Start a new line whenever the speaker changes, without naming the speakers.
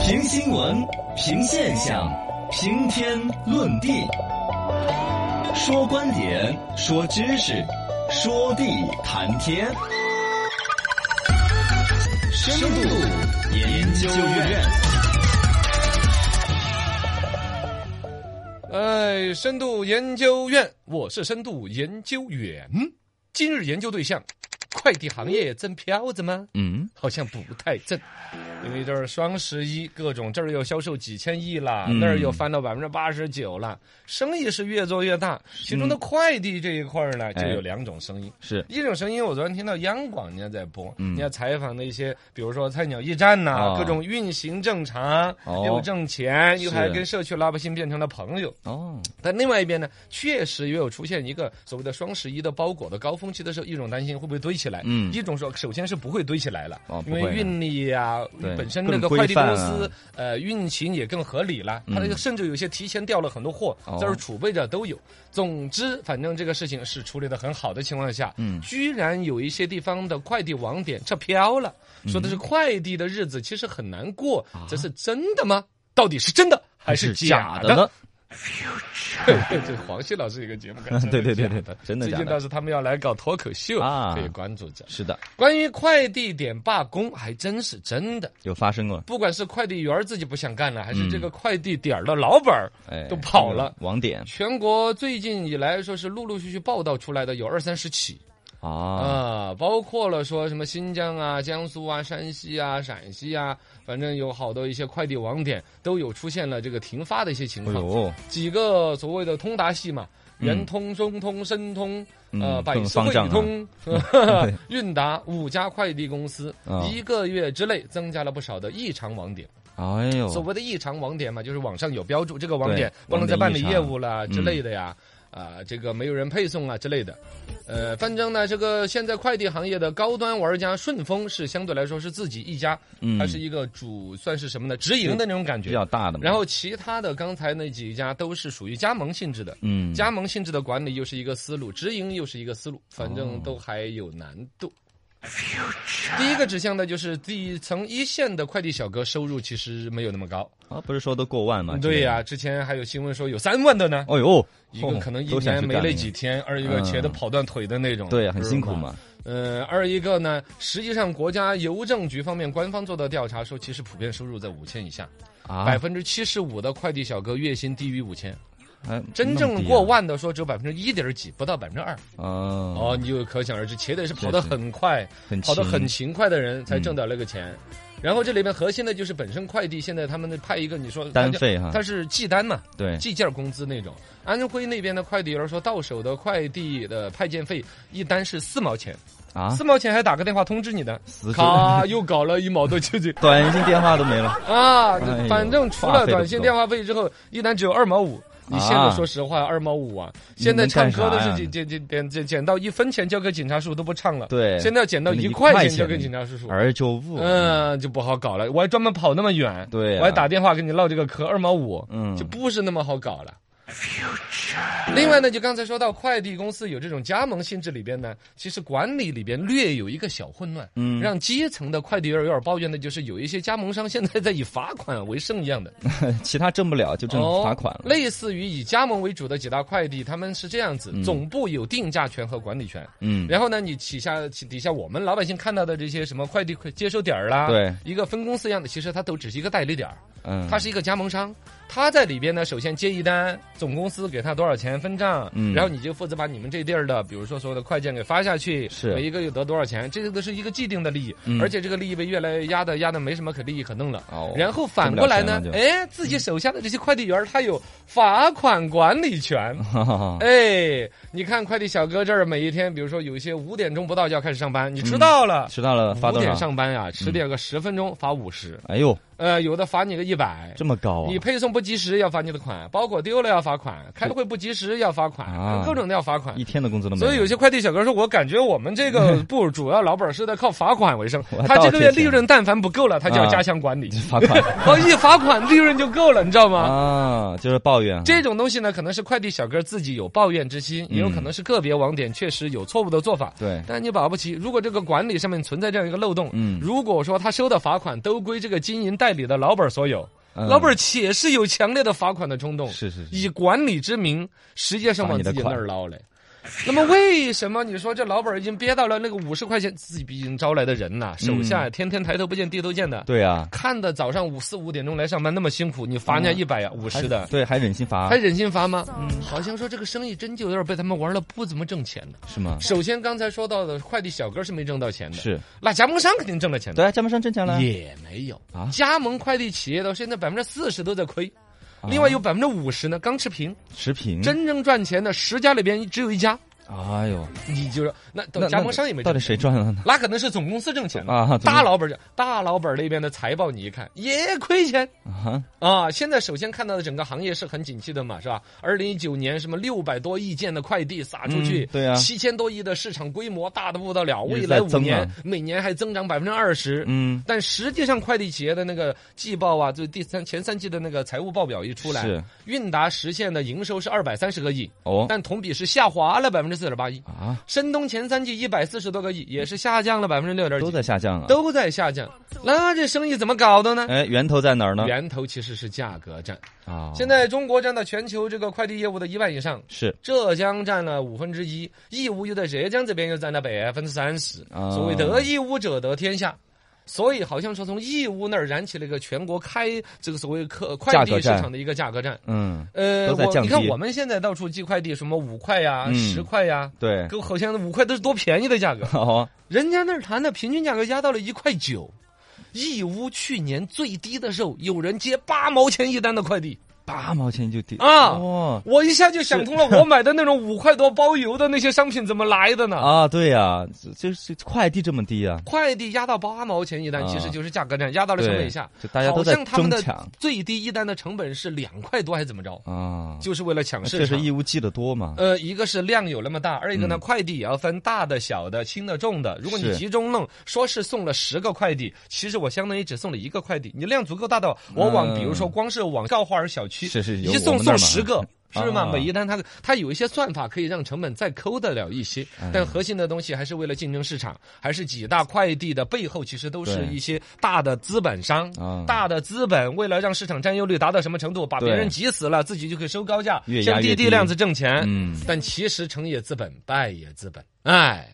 评新闻，评现象，评天论地，说观点，说知识，说地谈天。深度研究院，
哎，深度研究院，我是深度研究员。今日研究对象，快递行业挣票子吗？
嗯，
好像不太挣，因为这儿双十一，各种这儿又销售几千亿啦，
嗯
那儿又翻到百分之八十九啦，生意是越做越大。其中的快递这一块儿呢，
嗯
就
哎
有两种声音。
是
一种声音，我昨天听到央广人家在播，
嗯
人家采访的一些，比如说菜鸟驿站呐、
啊
各种运行正常，
哦
又挣钱，又
是
还跟社区老百姓变成了朋友。
哦，
但另外一边呢，确实也有出现一个所谓的双十一的包裹的高峰期的时候，一种担心会不会堆起来，
嗯
一种说首先是不会堆起来了，
哦不
因
会
为运力呀、
对
本身那
更
个快
规
递
范
公
啊嗯
司、呃运行也更合理了，它那个甚至有些提前调了很多货，
哦
在这儿储备着都有。总之，反正这个事情是处理的很好的情况下，
嗯
居然有一些地方的快递网点撤票了，
嗯
说的是快递的日子其实很难过，
啊
这是真的吗？到底是真的还是假
哎的
的？
呢？ ，
这黄旭老师一个节目感
对对对对对，真的
最
假
近倒
的？
是他们要来搞脱口秀
啊
可以关注着。
是的，
关于快递点罢工，还真是真的。
有发生过。
不管是快递员儿自己不想干了，还是这个快递点儿的老板儿
哎，
都跑了。
网点
全国最近以来说是陆陆续续报道出来的有二三十起
啊，
啊，包括了说什么新疆啊、江苏啊、山西啊、陕西啊，反正有好多一些快递网点都有出现了这个停发的一些情
哎
况。
呦，
几个所谓的通达系嘛，
嗯
圆通、中通、申通、呃
嗯
百
更
思
方
汇
丈啊
通、韵达五家快递公司
啊，
一个月之内增加了不少的异常网点。
哎呦，
所谓的异常网点嘛，就是网上有标注这个网
对
点不
网
能再
点
办
异
理
常
业务啦之
嗯
类的呀，啊，这个没有人配送啊之类的。呃，反正呢，这个现在快递行业的高端玩家顺丰是相对来说是自己一家，
嗯
它是一个主算是什么呢？直营的那种感
比
觉。
较大的嘛，
然后其他的刚才那几家都是属于加盟性质的，
嗯，
加盟性质的管理又是一个思路，直营又是一个思路，反
哦
正都还有难度。第一个指向呢，就是底层一线的快递小哥收入其实没有那么高。
啊，不是说都过万吗？
对呀、之前还有新闻说有三万的呢，
哎呦，
一个可能一
都想
年
去
没
干
那
那
几
个嗯
天，二一个瘸的跑断腿的那种，
对啊呀，很辛苦
是吧
嘛。
呃，二一个呢，实际上国家邮政局方面官方做的调查说，其实普遍收入在五千以下，
啊，
百分之七十五的快递小哥月薪低于五千。
哎
真正过，万的说只有百分之一点几，不到百分之二。
那么低啊哦，
哦，你就可想而知，且得是跑得很快，
很
跑得
勤嗯
很勤快的人才挣到那个钱。然后这里面核心的就是本身快递现在他们派一个，你说
单
他就
费哈，
他是寄单嘛，
对，
计件儿工资那种。安徽那边的快递员说到手的快递的派件费一单是四毛钱，
啊，
四毛钱还打个电话通知你呢，
死猪，
咔又搞了一毛多九九
短信电话都没了，
啊
哎呦！
反正除
话
了
费都
短
不
信
够
电话费之后，一单只有二毛五。你现
啊
在说实话，二毛五啊！现在
能干
唱歌的
啥呀
是捡捡捡捡捡捡到一分钱交给警察叔叔都不唱了，
对
现在要捡到
真的
一
一
块
块
钱交
钱
给警察叔叔，
而就物，
嗯，就不好搞了。我还专门跑那么远，
对啊
我还打电话给你唠这个嗑，二毛五，
嗯
就不是那么好搞了。另外呢，就刚才说到快递公司有这种加盟性质里边呢，其实管理里边略有一个小混乱，
嗯
让基层的快递员有点抱怨的就是有一些加盟商现在在以罚款为生一样的，哦
其他挣不了就挣罚款了，
类似于以加盟为主的几大快递，他们是这样子，总部有定价权和管理权。
嗯，
然后呢，你旗下旗底下我们老百姓看到的这些什么快递接收点儿啦，
对，
一个分公司一样的，其实它都只是一个代理点儿，
嗯，
它是一个加盟商，他在里边呢，首先接一单，总公司给他多少钱分账，
嗯
然后你就负责把你们这地儿的，比如说所有的快件给发下去，
是
每一个又得多少钱，这个都是一个既定的利益，
嗯
而且这个利益被越来越压的压的没什么可利益可弄了。
哦
然后反过来呢
挣不，了钱
哎，自己手下的这些快递员儿他有罚款管理权，
哈哈哈
哎，你看快递小哥这儿每一天，比如说有一些五点钟不到就要开始上班，你迟到了，
迟到了发
五、
嗯多
点
少？嗯
上班呀、迟点个十分钟罚五十，
哎呦，
呃，有的罚你个一百。
这么高啊
你！配送不及时要罚你的款，包裹丢了要罚款，开会不及时要罚款
啊，
各种都要罚款
一。天的工资都没
所以有些快递小哥说，我感觉我们这 个部主要老本是在靠罚款为生
我，还
他这个
倒贴
月
钱
利润但凡不够了，他就要
啊
加强管理。
罚 款
哦，一罚款利润就够了，你知道吗？
啊，就是抱怨。
这种东西呢，可能是快递小哥自己有抱怨之心，也有可能是个别网点确实有错误的做法。
嗯对
但你保不齐，如果这个管理上面存在这样一个漏洞，
嗯
如果说他收的罚款都归这个经营代理的老板儿所有，
嗯
老板儿且是有强烈的罚款的冲动，
是是是
以管理之名，实际上
罚
往
你的
自己那
款
儿捞嘞。那么为什么你说这老板儿已经憋到了那个五十块钱，自己毕竟招来的人呐、手下天天抬头不见低头见的，
嗯对啊，
看的早上五四五点钟来上班那么辛苦，你罚人家一百呀五
嗯还
十的，
对，还忍心罚
还忍心罚吗？嗯好像说这个生意真就有点被他们玩了，不怎么挣钱了。
是吗？
首先刚才说到的快递小哥是没挣到钱的，
是，
那加盟商肯定挣了钱的，
对啊，加盟商挣钱了，
也没有
啊
加盟快递企业到现在百分之四十都在亏，
啊
另外有百分之五十呢刚持平，
持平。
真正赚钱的十家里边只有一家，
哎呦，
你就说那
那
等加盟商也没
到
挣
底
钱。
谁赚了呢？
那可能是总公司挣钱了
啊总
大老板儿大老板儿那边的财报你一看也亏钱，
啊，
啊，现在首先看到的整个行业是很景气的嘛，是吧？二零一九年什么六百多亿件的快递撒出去，
嗯对啊
七千多亿的市场规模大的不得了，
一
未
直在
来五
增
年、
啊
每年还增长百分之二十。
嗯，
但实际上，快递企业的那个季报啊，就第三前三季的那个财务报表一出来，
是
韵达实现的营收是二百三十个亿，
哦
但同比是下滑了百分之四点八一。
啊，
申通前三季一百四十多个亿，也是下降了百分之六点
都
几，
在下降啊。
都在下降。那这生意怎么搞的呢？
哎，源头在哪儿呢？
源头其实是价格战。
啊，
现在中国占到全球这个快递业务的一半以上，
是
浙江占了五分之一，义乌又在浙江这边又占了百分之三十。
啊
所谓得义乌者得天下。所以好像说从义乌那儿燃起了一个全国开这个所谓客快递
价格
市
战
场的一个价格战。
嗯，
呃，
都在
我
降
你看
低
我们现在到处寄快递，什么五块呀、
嗯
十、块呀，
对，。
都好像五块都是多便宜的价格
哦，
人家那儿谈的平均价格压到了一块九，义乌去年最低的时候，有人接八毛钱一单的快递。
八毛钱就丢
啊
哦
我一下就想通了，我买的那种五块多包邮的那些商品怎么来的呢？
啊，对呀，这就是快递这么低啊，
快递压到八毛钱一单，
啊
其实就是价格战，压到了成本以
对
下。，
就大家都在
好像他们
争
的
抢
最低一单的成本是两块多还是怎么着？
啊，
就是为了抢
那确
市
实
场。
义乌寄的多嘛，
呃，一个是量有那么大，二一个呢，
嗯
快递也要分大的、小的、轻的、重的。如果你
是
集中弄，说是送了十个快递，其实我相当于只送了一个快递。你量足够大的，我往、
嗯
比如说光是往告花儿小区，
是是有
一
我
送
们那儿
送
嘛
十个。是吗？
啊
每一单它它有一些算法可以让成本再抠得了一些，
哎
但核心的东西还是为了竞争市场，还是几大快递的背后其实都是
对
一些大的资本商
啊、
大的资本为了让市场占有率达到什么程度，把别
对
人挤死了，自己就可以收高价，
越压
降
越
低
低
量子挣钱。
嗯
但其实成也资本，败也资本。哎，